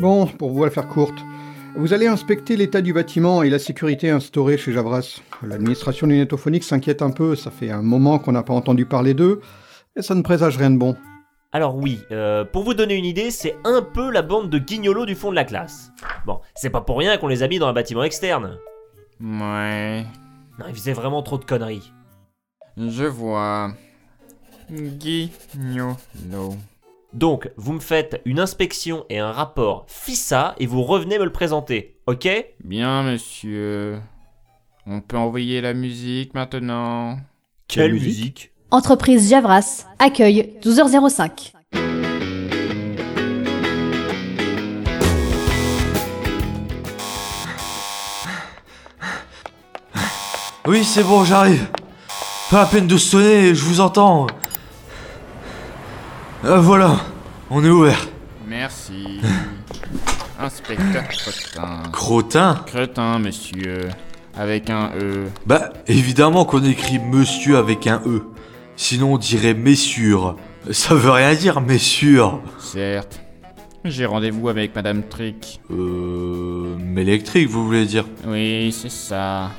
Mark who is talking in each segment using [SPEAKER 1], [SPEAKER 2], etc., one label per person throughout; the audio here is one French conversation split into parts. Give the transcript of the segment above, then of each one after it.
[SPEAKER 1] Bon, pour vous la faire courte, vous allez inspecter l'état du bâtiment et la sécurité instaurée chez Javras. L'administration du Netophonique s'inquiète un peu, ça fait un moment qu'on n'a pas entendu parler d'eux, et ça ne présage rien de bon.
[SPEAKER 2] Alors oui, euh, pour vous donner une idée, c'est un peu la bande de guignolos du fond de la classe. Bon, c'est pas pour rien qu'on les a mis dans un bâtiment externe.
[SPEAKER 3] Ouais.
[SPEAKER 2] Non, ils faisaient vraiment trop de conneries.
[SPEAKER 3] Je vois. Guignolo.
[SPEAKER 2] Donc, vous me faites une inspection et un rapport FISA et vous revenez me le présenter, ok
[SPEAKER 3] Bien, monsieur. On peut envoyer la musique maintenant.
[SPEAKER 1] Quelle musique
[SPEAKER 4] Entreprise Javras, accueil 12h05.
[SPEAKER 5] Oui, c'est bon, j'arrive. Pas la peine de sonner, je vous entends. Euh, voilà, on est ouvert.
[SPEAKER 3] Merci. Inspecteur Crotin.
[SPEAKER 5] Crotin
[SPEAKER 3] Cretin, monsieur. Avec un E.
[SPEAKER 5] Bah, évidemment qu'on écrit monsieur avec un E. Sinon, on dirait messure. Ça veut rien dire, messure.
[SPEAKER 3] Certes. J'ai rendez-vous avec Madame Trick.
[SPEAKER 5] Euh. Électrique, vous voulez dire
[SPEAKER 3] Oui, c'est ça.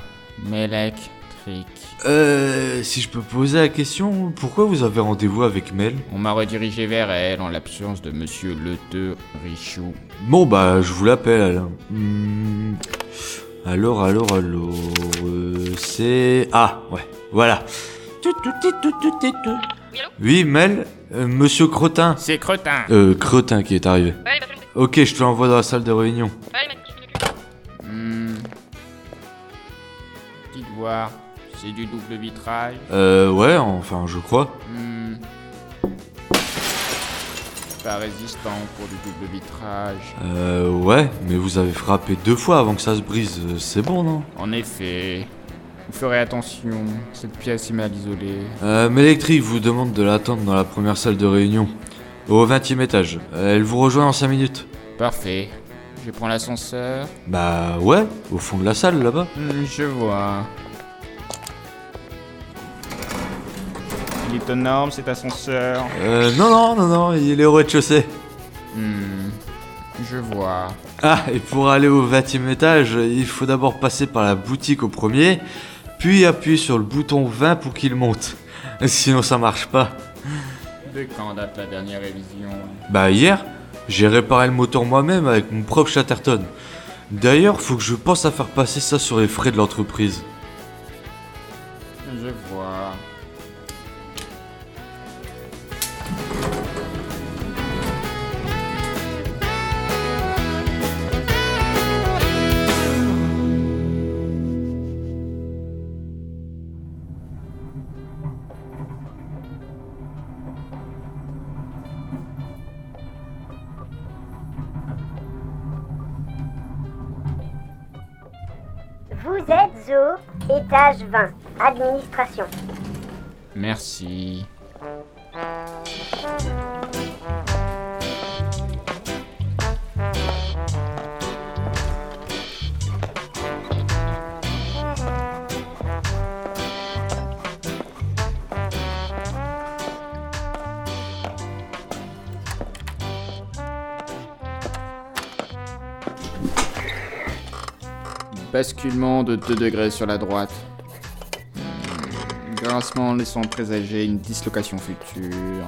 [SPEAKER 3] Melek Trick.
[SPEAKER 5] Euh. Si je peux poser la question, pourquoi vous avez rendez-vous avec Mel
[SPEAKER 3] On m'a redirigé vers elle en l'absence de monsieur Leteux Richou.
[SPEAKER 5] Bon, bah, je vous l'appelle. alors. Hmm. Alors, alors, alors. euh, c'est. Ah, ouais, voilà. Tout, tout, tout, tout, tout, tout, tout. Oui, Mel euh, Monsieur Crotin
[SPEAKER 3] C'est Cretin
[SPEAKER 5] Euh, Cretin qui est arrivé. Ok, je te l'envoie dans la salle de réunion.
[SPEAKER 3] Hmm. Petite voir. C'est du double vitrail.
[SPEAKER 5] Euh, ouais, enfin, je crois.
[SPEAKER 3] Hmm. Pas résistant pour du double vitrage.
[SPEAKER 5] Euh, ouais, mais vous avez frappé deux fois avant que ça se brise. Euh, C'est bon, non
[SPEAKER 3] En effet. Vous ferez attention, cette pièce est mal isolée.
[SPEAKER 5] Euh, Mélectrique vous demande de l'attendre dans la première salle de réunion. Au 20 e étage. Euh, Elle vous rejoint en 5 minutes.
[SPEAKER 3] Parfait. Je prends l'ascenseur.
[SPEAKER 5] Bah ouais, au fond de la salle là-bas.
[SPEAKER 3] Hmm, Je vois. Il est énorme cet ascenseur.
[SPEAKER 5] Euh, non, non, non, non, il est au rez-de-chaussée.
[SPEAKER 3] Hmm, Je vois.
[SPEAKER 5] Ah, et pour aller au 20 e étage, il faut d'abord passer par la boutique au premier, puis appuyer sur le bouton 20 pour qu'il monte. Sinon ça marche pas.
[SPEAKER 3] De quand date la dernière révision
[SPEAKER 5] Bah hier, j'ai réparé le moteur moi-même avec mon propre Chatterton. D'ailleurs, faut que je pense à faire passer ça sur les frais de l'entreprise.
[SPEAKER 3] Je vois.
[SPEAKER 6] Vous êtes au étage 20, administration.
[SPEAKER 3] Merci. Basculement de 2 degrés sur la droite. Grincement laissant présager une dislocation future.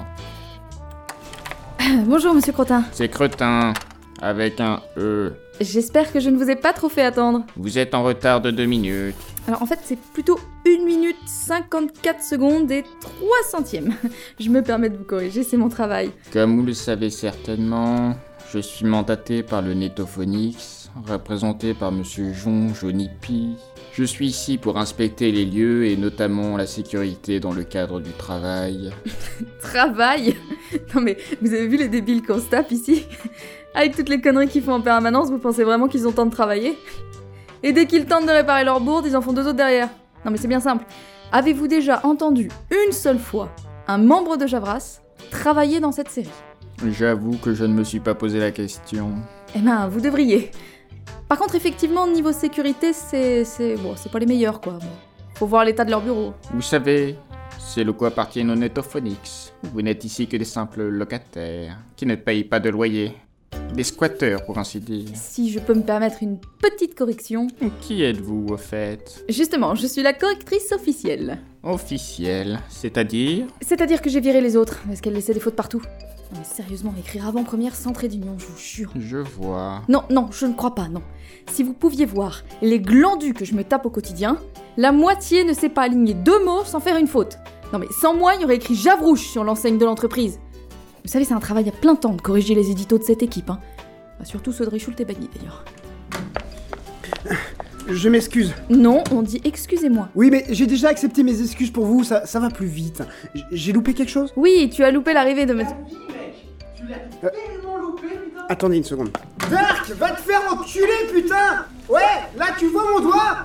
[SPEAKER 7] Bonjour, monsieur Crotin.
[SPEAKER 3] C'est Cretin, avec un E.
[SPEAKER 7] J'espère que je ne vous ai pas trop fait attendre.
[SPEAKER 3] Vous êtes en retard de 2 minutes.
[SPEAKER 7] Alors, en fait, c'est plutôt 1 minute 54 secondes et 3 centièmes. Je me permets de vous corriger, c'est mon travail.
[SPEAKER 3] Comme vous le savez certainement, je suis mandaté par le Netophonix, représenté par Monsieur Jon Jonipi. Je suis ici pour inspecter les lieux et notamment la sécurité dans le cadre du travail.
[SPEAKER 7] Travail Non, mais vous avez vu les débiles qu'on se tape ici Avec toutes les conneries qu'ils font en permanence, vous pensez vraiment qu'ils ont le temps de travailler Et dès qu'ils tentent de réparer leur bourde, ils en font deux autres derrière. Non, mais c'est bien simple. Avez-vous déjà entendu une seule fois un membre de Javras travailler dans cette série
[SPEAKER 3] J'avoue que je ne me suis pas posé la question.
[SPEAKER 7] Eh ben, vous devriez. Par contre, effectivement, niveau sécurité, c'est. c'est. bon, c'est pas les meilleurs, quoi. Bon, Faut voir l'état de leur bureau.
[SPEAKER 3] Vous savez, c'est le quoi appartient au Netophonix. Vous n'êtes ici que des simples locataires qui ne payent pas de loyer. Des squatteurs, pour ainsi dire.
[SPEAKER 7] Si je peux me permettre une petite correction.
[SPEAKER 3] Qui êtes-vous, au fait
[SPEAKER 7] Justement, je suis la correctrice officielle.
[SPEAKER 3] Officiel, c'est-à-dire
[SPEAKER 7] C'est-à-dire que j'ai viré les autres, parce qu'elles laissaient des fautes partout. Non mais sérieusement, écrire avant-première sans trait d'union, je vous jure.
[SPEAKER 3] Je vois.
[SPEAKER 7] Non, non, je ne crois pas, non. Si vous pouviez voir les glandus que je me tape au quotidien, la moitié ne sait pas aligner deux mots sans faire une faute. Non mais sans moi, il y aurait écrit Javrouche sur l'enseigne de l'entreprise. Vous savez, c'est un travail à plein temps de corriger les éditos de cette équipe, hein. Enfin, surtout ceux de Richoult et Bagny, d'ailleurs.
[SPEAKER 8] Je m'excuse.
[SPEAKER 7] Non, on dit excusez-moi.
[SPEAKER 8] Oui, mais j'ai déjà accepté mes excuses pour vous, ça, ça va plus vite. J- J'ai loupé quelque chose
[SPEAKER 7] Oui, tu as loupé l'arrivée de Monsieur...
[SPEAKER 8] Attendez une seconde. Dark, va te faire enculer, putain Ouais, là tu vois mon doigt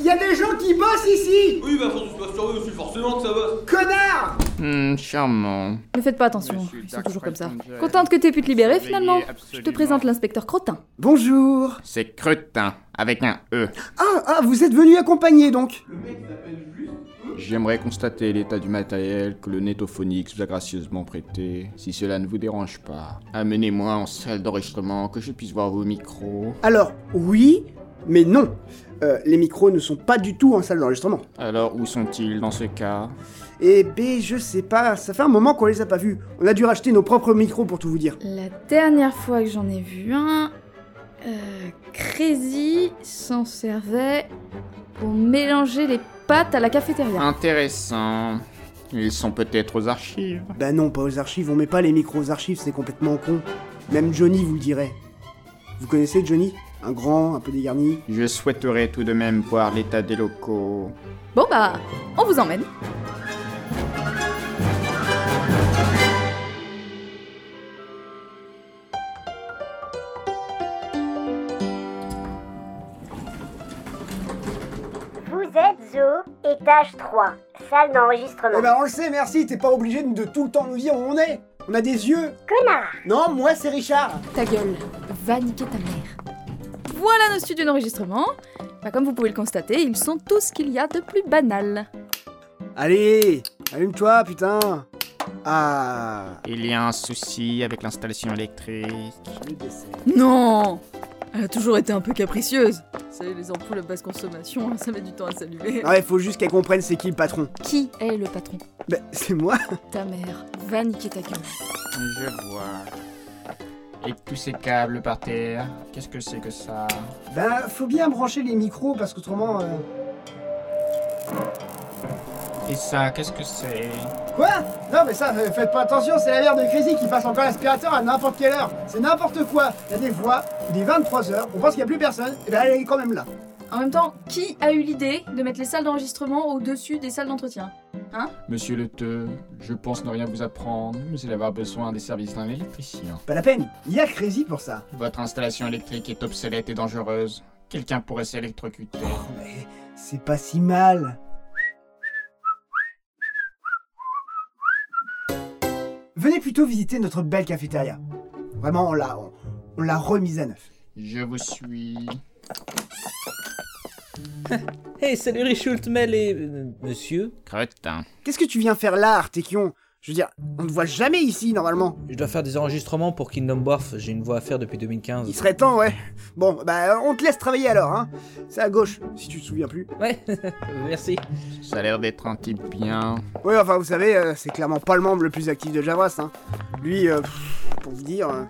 [SPEAKER 8] y a des gens qui bossent ici
[SPEAKER 9] Oui, bah, quand on se passe sur eux aussi, forcément que ça bosse.
[SPEAKER 8] Connard
[SPEAKER 3] Hmm, charmant.
[SPEAKER 7] Ne faites pas attention, hein. ils sont toujours comme ça. Contente que t'aies pu te libérer finalement. Je te présente l'inspecteur Crotin.
[SPEAKER 8] Bonjour
[SPEAKER 3] C'est Cretin, avec un E.
[SPEAKER 8] Ah, ah, vous êtes venu accompagner donc
[SPEAKER 3] J'aimerais constater l'état du matériel que le Netophonix vous a gracieusement prêté, si cela ne vous dérange pas. Amenez-moi en salle d'enregistrement que je puisse voir vos micros.
[SPEAKER 8] Alors, oui, mais non Euh, Les micros ne sont pas du tout en salle d'enregistrement.
[SPEAKER 3] Alors, où sont-ils dans ce cas
[SPEAKER 8] Eh ben, je sais pas, ça fait un moment qu'on les a pas vus. On a dû racheter nos propres micros pour tout vous dire.
[SPEAKER 7] La dernière fois que j'en ai vu un, euh, Crazy s'en servait pour mélanger les pâtes à la cafétéria.
[SPEAKER 3] Intéressant. Ils sont peut-être aux archives.
[SPEAKER 8] Bah non, pas aux archives, on met pas les micros aux archives, c'est complètement con. Même Johnny vous le dirait. Vous connaissez Johnny Un grand, un peu dégarni.
[SPEAKER 3] Je souhaiterais tout de même voir l'état des locaux.
[SPEAKER 7] Bon bah, on vous emmène.
[SPEAKER 6] Vous êtes au étage 3, salle d'enregistrement.
[SPEAKER 8] Eh ben on le sait, merci, t'es pas obligé de tout le temps nous dire où on est. On a des yeux.
[SPEAKER 6] Connard
[SPEAKER 8] Non, moi c'est Richard.
[SPEAKER 7] Ta gueule, va niquer ta mère. Voilà nos studios d'enregistrement. Bah, comme vous pouvez le constater, ils sont tout ce qu'il y a de plus banal.
[SPEAKER 8] Allez, allume-toi, putain. Ah.
[SPEAKER 3] Il y a un souci avec l'installation électrique.
[SPEAKER 7] Non Elle a toujours été un peu capricieuse. Vous savez, les ampoules à basse consommation, hein, ça met du temps à s'allumer.
[SPEAKER 8] Ah Ouais, faut juste qu'elle comprenne c'est qui le patron.
[SPEAKER 7] Qui est le patron
[SPEAKER 8] Bah, c'est moi.
[SPEAKER 7] Ta mère. Va niquer ta gueule.
[SPEAKER 3] Je vois. Et tous ces câbles par terre, qu'est-ce que c'est que ça
[SPEAKER 8] Bah, faut bien brancher les micros parce qu'autrement. euh,
[SPEAKER 3] Et ça, qu'est-ce que c'est
[SPEAKER 8] Quoi Non, mais ça, euh, faites pas attention, c'est la mère de Crazy qui passe encore l'aspirateur à n'importe quelle heure. C'est n'importe quoi. Il y a des fois, il est 23h, on pense qu'il y a plus personne, et ben elle est quand même là.
[SPEAKER 7] En même temps, qui a eu l'idée de mettre les salles d'enregistrement au-dessus des salles d'entretien
[SPEAKER 3] Monsieur Le Teu, je pense ne rien vous apprendre, mais vous allez avoir besoin des services d'un électricien.
[SPEAKER 8] Pas la peine, il y a Crazy pour ça.
[SPEAKER 3] Votre installation électrique est obsolète et dangereuse. Quelqu'un pourrait s'électrocuter.
[SPEAKER 8] Mais c'est pas si mal. Venez plutôt visiter notre belle cafétéria. Vraiment, on l'a, on, on l'a remise à neuf.
[SPEAKER 3] Je vous suis.
[SPEAKER 10] Hey, salut Richoult, mais les... euh, Monsieur
[SPEAKER 3] Cretin.
[SPEAKER 8] Qu'est-ce que tu viens faire là, Artekion Je veux dire, on ne te voit jamais ici normalement.
[SPEAKER 10] Je dois faire des enregistrements pour Kingdom Wharf, j'ai une voix à faire depuis
[SPEAKER 2] Ah,
[SPEAKER 10] 2015.
[SPEAKER 8] Il serait temps, ouais. Bon, bah on te laisse travailler alors, hein. C'est à gauche, si tu te souviens plus.
[SPEAKER 10] Ouais, merci.
[SPEAKER 3] Ça a l'air d'être un type bien.
[SPEAKER 8] Ouais, enfin, vous savez, euh, c'est clairement pas le membre le plus actif de Javras, hein. Lui, euh, pff, pour vous dire, euh,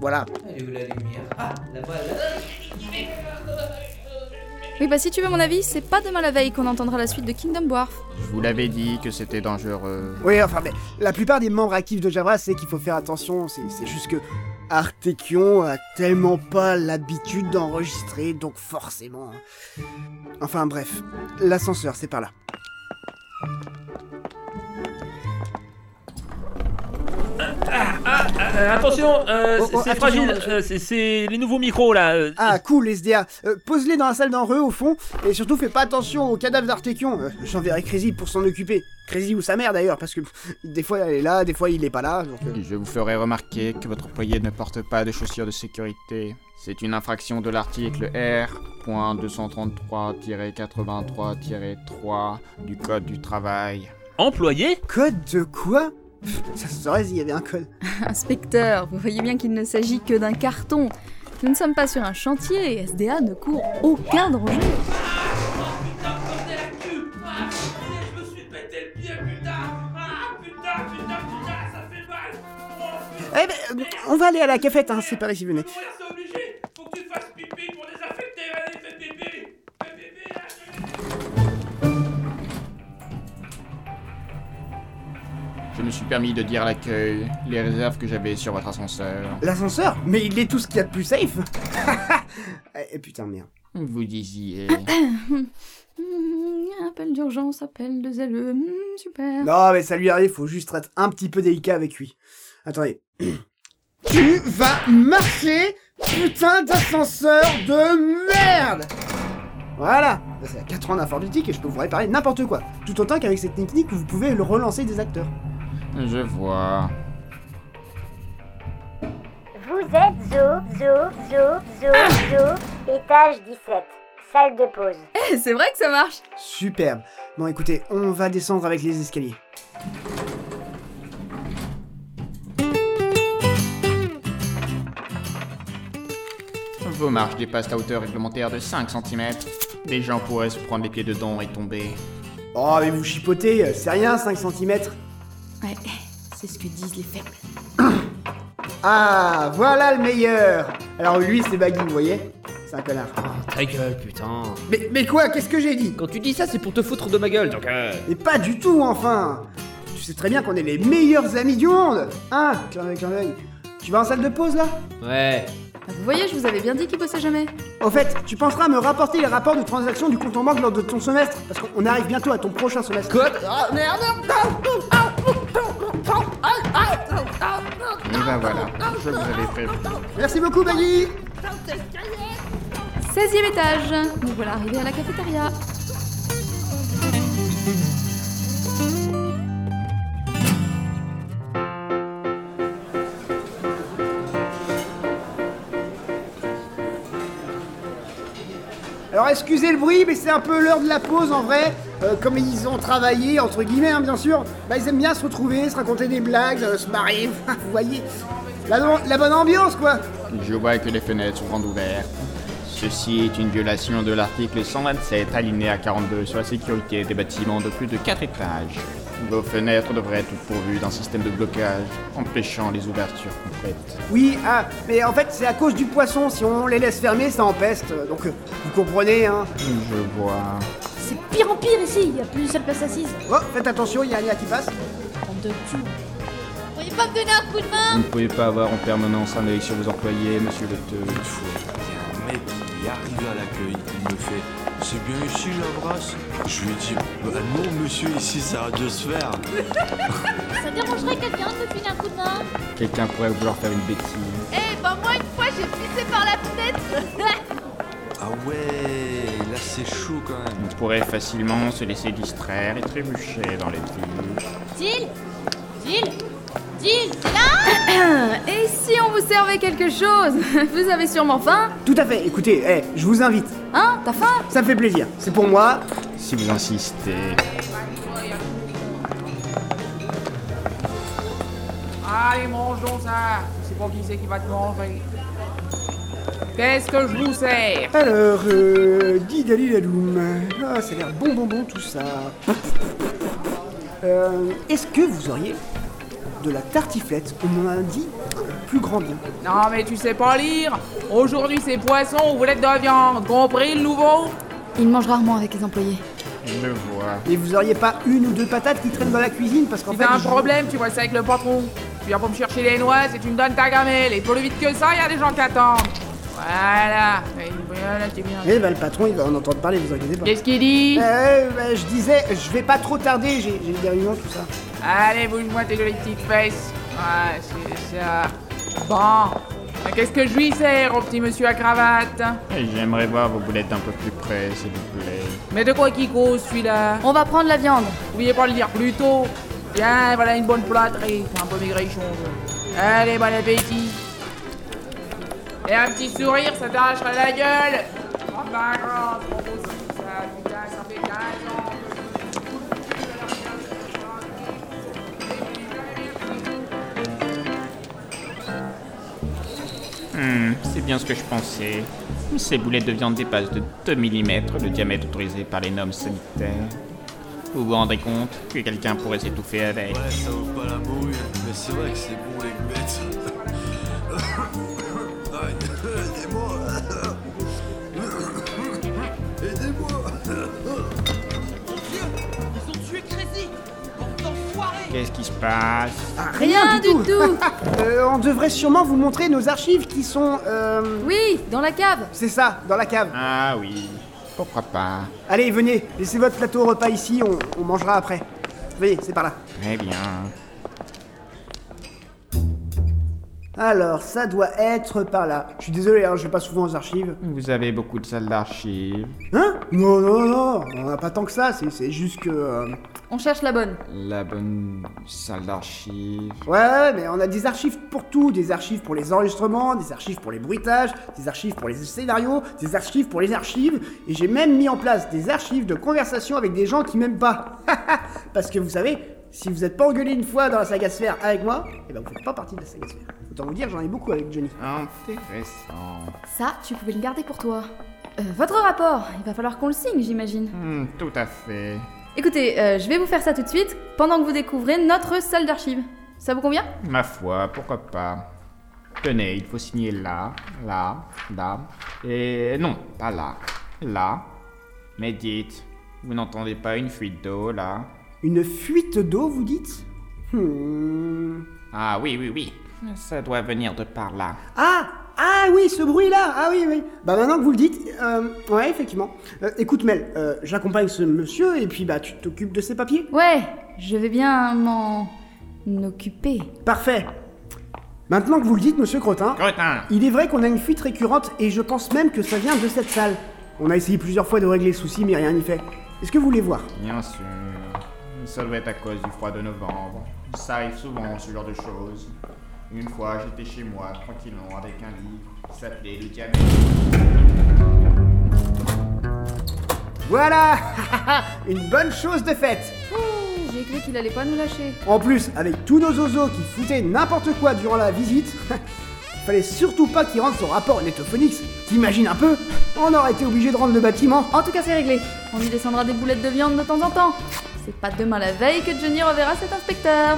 [SPEAKER 8] voilà.
[SPEAKER 10] Allez où la lumière Ah, là-bas,
[SPEAKER 7] Oui, bah si tu veux mon avis, c'est pas demain la veille qu'on entendra la suite de Kingdom Wharf.
[SPEAKER 3] Je vous l'avais dit que c'était dangereux.
[SPEAKER 8] Oui, enfin, mais la plupart des membres actifs de Javras, c'est qu'il faut faire attention. C'est c'est juste que Artekion a tellement pas l'habitude d'enregistrer, donc forcément. hein. Enfin, bref, l'ascenseur, c'est par là.
[SPEAKER 2] Euh, attention, euh,
[SPEAKER 8] Oh,
[SPEAKER 2] c'est-
[SPEAKER 8] oh,
[SPEAKER 2] c'est
[SPEAKER 8] attention,
[SPEAKER 2] fragile,
[SPEAKER 8] attention.
[SPEAKER 2] euh, c'est- c'est les nouveaux micros là. euh,
[SPEAKER 8] Ah, cool, SDA. Euh, Pose-les dans la salle d'en reu, au fond, et surtout fais pas attention au cadavre d'Artekion. Euh, J'enverrai Crazy pour s'en occuper. Crazy ou sa mère d'ailleurs, parce que pff, des fois elle est là, des fois il est pas là. Donc, euh,
[SPEAKER 3] Je vous ferai remarquer que votre employé ne porte pas de chaussures de sécurité. C'est une infraction de l'article R.233-83-3 du Code du travail.
[SPEAKER 2] Employé
[SPEAKER 8] Code de quoi Ça se saurait s'il y avait un code.
[SPEAKER 7] Inspecteur, vous voyez bien qu'il ne s'agit que d'un carton. Nous ne sommes pas sur un chantier et SDA ne court aucun danger.
[SPEAKER 9] Je me suis pété le pied, putain Ah, putain, putain, putain, ça fait mal
[SPEAKER 8] Eh ben, euh, on va aller à la cafette, hein, c'est par ici, venez.
[SPEAKER 9] C'est obligé Faut que tu fasses pipi pour désinfecter Allez, fais pipi Fais pipi, là
[SPEAKER 3] Je me suis permis de dire à l'accueil les réserves que j'avais sur votre ascenseur.
[SPEAKER 8] L'ascenseur Mais il est tout ce qu'il y a de plus safe Eh putain, merde.
[SPEAKER 3] Vous disiez.
[SPEAKER 7] Hmm, appel d'urgence, appel de ZLE, hmm, super.
[SPEAKER 8] Non, mais ça lui arrive, faut juste être un petit peu délicat avec lui. Attendez. tu vas marcher, putain d'ascenseur de merde Voilà Ça, C'est à 4 ans d'informatique et je peux vous réparer n'importe quoi. Tout autant qu'avec cette technique, vous pouvez le relancer des acteurs.
[SPEAKER 3] Je vois.
[SPEAKER 6] Vous êtes Zo, Zo, Zo, Zo, Zo, étage 17, salle de pause.
[SPEAKER 7] Eh, c'est vrai que ça marche
[SPEAKER 8] Superbe. Bon, écoutez, on va descendre avec les escaliers.
[SPEAKER 3] Vos marches dépassent la hauteur réglementaire de 5 cm. Les gens pourraient se prendre les pieds dedans et tomber.
[SPEAKER 8] Oh, mais vous chipotez, euh, c'est rien, 5 cm.
[SPEAKER 7] Ouais, c'est ce que disent les faibles.
[SPEAKER 8] Ah, voilà le meilleur Alors lui, c'est Baggy, vous voyez C'est un connard.
[SPEAKER 10] Ta gueule, putain.
[SPEAKER 8] Mais, mais quoi Qu'est-ce que j'ai dit
[SPEAKER 10] Quand tu dis ça, c'est pour te foutre de ma gueule, donc euh,
[SPEAKER 8] Mais pas du tout, enfin Tu sais très bien qu'on est les meilleurs amis du monde Hein Clin d'œil, clin d'œil. Tu vas en salle de pause, là
[SPEAKER 10] Ouais.
[SPEAKER 7] Ah, Vous voyez, je vous avais bien dit qu'ils bossaient jamais.
[SPEAKER 8] Au fait, tu penseras à me rapporter les rapports de transactions du compte en banque lors de ton semestre, parce qu'on arrive bientôt à ton prochain semestre.
[SPEAKER 10] Quoi
[SPEAKER 8] Ah, merde
[SPEAKER 3] Et ben voilà, je vous avais prévenu.
[SPEAKER 8] Merci beaucoup, Baggy
[SPEAKER 7] 16 e étage. Nous voilà arrivés à la cafétéria.
[SPEAKER 8] Alors, excusez le bruit, mais c'est un peu l'heure de la pause, en vrai Euh, comme ils ont travaillé, entre guillemets, hein, bien sûr, bah, ils aiment bien se retrouver, se raconter des blagues, euh, se marier, vous voyez, la, la bonne ambiance, quoi
[SPEAKER 3] Je vois que les fenêtres sont grandes ouvertes. Ceci est une violation de l'article 127 alinéa 42 sur la sécurité des bâtiments de plus de 4 étages. Vos fenêtres devraient être pourvues d'un système de blocage empêchant les ouvertures complètes.
[SPEAKER 8] Oui, ah, mais en fait, c'est à cause du poisson. Si on les laisse fermer, ça empeste. Donc, euh, vous comprenez, hein.
[SPEAKER 3] Je vois.
[SPEAKER 4] C'est pire en pire ici, il n'y a plus une seule place assise.
[SPEAKER 8] Oh, faites attention, il y a Alia qui passe.
[SPEAKER 4] Bande de cons.
[SPEAKER 3] Vous ne pouvez pas avoir en permanence un œil sur vos employés, monsieur Leteux.
[SPEAKER 5] Pfff, Il y a un mec qui arrive à l'accueil, il me fait C'est bien ici, Javras Je lui dis Bah non, monsieur, ici, ça arrête de se faire.
[SPEAKER 11] Ça dérangerait quelqu'un de me filer un coup de main
[SPEAKER 3] Quelqu'un pourrait vouloir faire une bêtise.
[SPEAKER 11] Eh ben moi une fois j'ai pissé par la fenêtre
[SPEAKER 5] Ah ouais, là, c'est chaud quand même.
[SPEAKER 3] On pourrait facilement se laisser distraire et trébucher dans les trous.
[SPEAKER 11] Deal Deal Deal C'est là
[SPEAKER 7] Et si on vous servait quelque chose Vous avez sûrement faim
[SPEAKER 8] Tout à fait, écoutez, eh, je vous invite.
[SPEAKER 7] Hein T'as faim
[SPEAKER 8] Ça me fait plaisir. C'est pour moi.
[SPEAKER 3] Si vous insistez.
[SPEAKER 9] Allez, mange donc ça C'est pour qui c'est qui va te manger Qu'est-ce que je vous sers
[SPEAKER 8] Alors, euh. Didaliladoum. Ah, ça a l'air bon, bon, bon tout ça. Euh. Est-ce que vous auriez de la tartiflette On m'en a dit plus grand bien.
[SPEAKER 9] Non mais tu sais pas lire Aujourd'hui c'est poisson ou boulette de viande, compris le nouveau
[SPEAKER 7] Ils mangent rarement avec les employés.
[SPEAKER 3] Je vois.
[SPEAKER 8] Et vous auriez pas une ou deux patates qui traînent dans la cuisine parce qu'en
[SPEAKER 9] Si
[SPEAKER 8] fait.
[SPEAKER 9] t'as un
[SPEAKER 8] je-
[SPEAKER 9] problème, tu vois ça avec le patron. Tu viens pour me chercher les noix et tu me donnes ta gamelle. Et plus vite que ça, il y a des gens qui attendent. Voilà. Et voilà, t'es bien.
[SPEAKER 8] Eh ben, le patron, il va en entendre parler, vous inquiétez pas.
[SPEAKER 9] Qu'est-ce qu'il dit
[SPEAKER 8] Euh, bah, je disais, je vais pas trop tarder, j'ai j'ai des réunions, tout ça.
[SPEAKER 9] Allez, bouge-moi tes jolies petites fesses. Ouais, c'est ça. Bon. Mais Qu'est-ce que je lui sers au petit monsieur à cravate
[SPEAKER 3] Et J'aimerais voir vos boulettes d'un peu plus près, s'il vous plaît.
[SPEAKER 9] Mais de quoi qu'il cause celui-là
[SPEAKER 7] On va prendre la viande.
[SPEAKER 9] Oubliez pas de le dire plus tôt. Tiens, voilà une bonne plâtrée. C'est un peu maigrichon. ça. Allez, bon appétit. Et un petit sourire, ça t'arrachera la gueule. Oh, bah, grave, c'est pas possible, ça. Putain, ça fait 15 ans que je me fous de la gueule.
[SPEAKER 3] Hmm, c'est bien ce que je pensais. Mais ces boulettes de viande dépassent de 2 mm le diamètre autorisé par les normes sanitaires. Vous vous rendez compte que quelqu'un pourrait s'étouffer avec
[SPEAKER 5] Ouais, ça vaut pas la bouille, mais c'est vrai que c'est bon les bêtes. Aïe, Aidez-moi Aidez-moi
[SPEAKER 9] Ils ont tué Crazy
[SPEAKER 3] Qu'est-ce qui se passe
[SPEAKER 7] Rien du tout.
[SPEAKER 8] Euh, on devrait sûrement vous montrer nos archives qui sont. euh,
[SPEAKER 7] Oui, dans la cave.
[SPEAKER 8] C'est ça, dans la cave.
[SPEAKER 3] Ah oui, pourquoi pas
[SPEAKER 8] Allez, venez, laissez votre plateau repas ici, on, on mangera après. Veuillez, c'est par là.
[SPEAKER 3] Très bien.
[SPEAKER 8] Alors, ça doit être par là. Je suis désolé, hein, je vais pas souvent aux archives.
[SPEAKER 3] Vous avez beaucoup de salles d'archives.
[SPEAKER 8] Hein Non, non, non, on a pas tant que ça, c'est- c'est juste que. euh,
[SPEAKER 7] On cherche la bonne.
[SPEAKER 3] La bonne salle d'archives.
[SPEAKER 8] Ouais, ouais, mais on a des archives pour tout, des archives pour les enregistrements, des archives pour les bruitages, des archives pour les scénarios, des archives pour les archives, et j'ai même mis en place des archives de conversation avec des gens qui m'aiment pas. Parce que vous savez, si vous êtes pas engueulé une fois dans la saga sphère avec moi, eh ben vous faites pas partie de la saga sphère. Autant vous dire, j'en ai beaucoup avec Johnny.
[SPEAKER 3] Intéressant.
[SPEAKER 7] Ça, tu pouvais le garder pour toi. Euh, votre rapport, il va falloir qu'on le signe, j'imagine.
[SPEAKER 3] Hmm, tout à fait.
[SPEAKER 7] Écoutez, euh, je vais vous faire ça tout de suite, pendant que vous découvrez notre salle d'archives. Ça vous convient
[SPEAKER 3] Ma foi, pourquoi pas. Tenez, il faut signer là, là, là, et non, pas là, là. Mais dites, vous n'entendez pas une fuite d'eau là
[SPEAKER 8] Une fuite d'eau, vous dites Hmm.
[SPEAKER 3] Ah oui, oui, oui, ça doit venir de par là.
[SPEAKER 8] Ah Ah oui, ce bruit-là Ah oui, oui Bah maintenant que vous le dites, euh, ouais, effectivement. Euh, écoute Mel, euh, j'accompagne ce monsieur et puis bah tu t'occupes de ses papiers
[SPEAKER 7] Ouais, je vais bien m'en occuper.
[SPEAKER 8] Parfait Maintenant que vous le dites, monsieur Crotin,
[SPEAKER 3] Crotin
[SPEAKER 8] il est vrai qu'on a une fuite récurrente et je pense même que ça vient de cette salle. On a essayé plusieurs fois de régler le souci mais rien n'y fait. Est-ce que vous voulez voir
[SPEAKER 3] Bien sûr. Ça doit être à cause du froid de novembre. Ça arrive souvent, ce genre de choses. Une fois, j'étais chez moi, tranquillement, avec un livre qui s'appelait Le Diamètre.
[SPEAKER 8] Voilà Une bonne chose de faite
[SPEAKER 7] J'ai cru qu'il allait pas nous lâcher.
[SPEAKER 8] En plus, avec tous nos oiseaux qui foutaient n'importe quoi durant la visite, fallait surtout pas qu'il rentre son rapport au Netophonix. T'imagines un peu On aurait été obligé de rendre le bâtiment.
[SPEAKER 7] En tout cas, c'est réglé. On y descendra des boulettes de viande de temps en temps. C'est pas demain la veille que Johnny reverra cet inspecteur.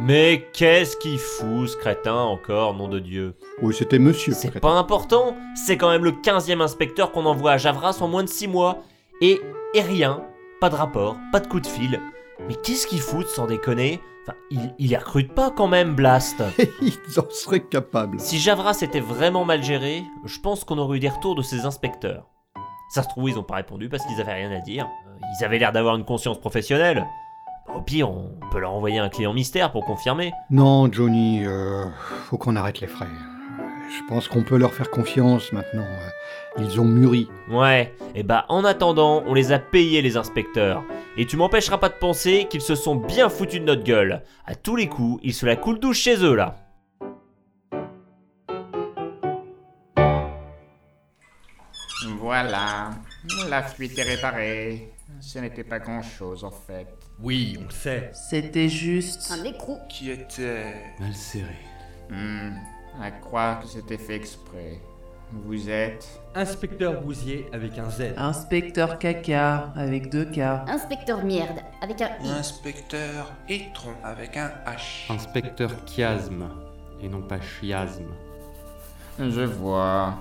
[SPEAKER 2] Mais qu'est-ce qu'il fout ce crétin encore, nom de Dieu
[SPEAKER 1] Oui, c'était monsieur.
[SPEAKER 2] C'est pas important, c'est quand même le 15e inspecteur qu'on envoie à Javras en moins de 6 mois. Et, et rien, pas de rapport, pas de coup de fil. Mais qu'est-ce qu'il fout sans déconner Enfin, il, il y recrute pas quand même, Blast
[SPEAKER 1] Ils en seraient capables.
[SPEAKER 2] Si Javras était vraiment mal géré, je pense qu'on aurait eu des retours de ses inspecteurs. Ça se trouve, ils ont pas répondu parce qu'ils avaient rien à dire. Euh, Ils avaient l'air d'avoir une conscience professionnelle. Au pire, on peut leur envoyer un client mystère pour confirmer.
[SPEAKER 1] Non, Johnny, euh, faut qu'on arrête les frais. Je pense qu'on peut leur faire confiance maintenant. Ils ont mûri.
[SPEAKER 2] Ouais, et bah en attendant, on les a payés les inspecteurs. Et tu m'empêcheras pas de penser qu'ils se sont bien foutus de notre gueule. À tous les coups, ils se la coulent douce chez eux là.
[SPEAKER 3] Voilà, la fuite est réparée. Ce n'était pas grand-chose en fait.
[SPEAKER 12] Oui, on le sait.
[SPEAKER 3] C'était juste.
[SPEAKER 12] Un
[SPEAKER 3] écrou. Qui était.
[SPEAKER 12] Mal serré.
[SPEAKER 3] Hmm. à croire que c'était fait exprès. Vous êtes.
[SPEAKER 12] Inspecteur Bousier avec un Z.
[SPEAKER 13] Inspecteur Caca, avec deux K.
[SPEAKER 14] Inspecteur Merde, avec un I.
[SPEAKER 15] Inspecteur Étron avec un H.
[SPEAKER 12] Inspecteur chiasme et non pas chiasme.
[SPEAKER 3] Je vois.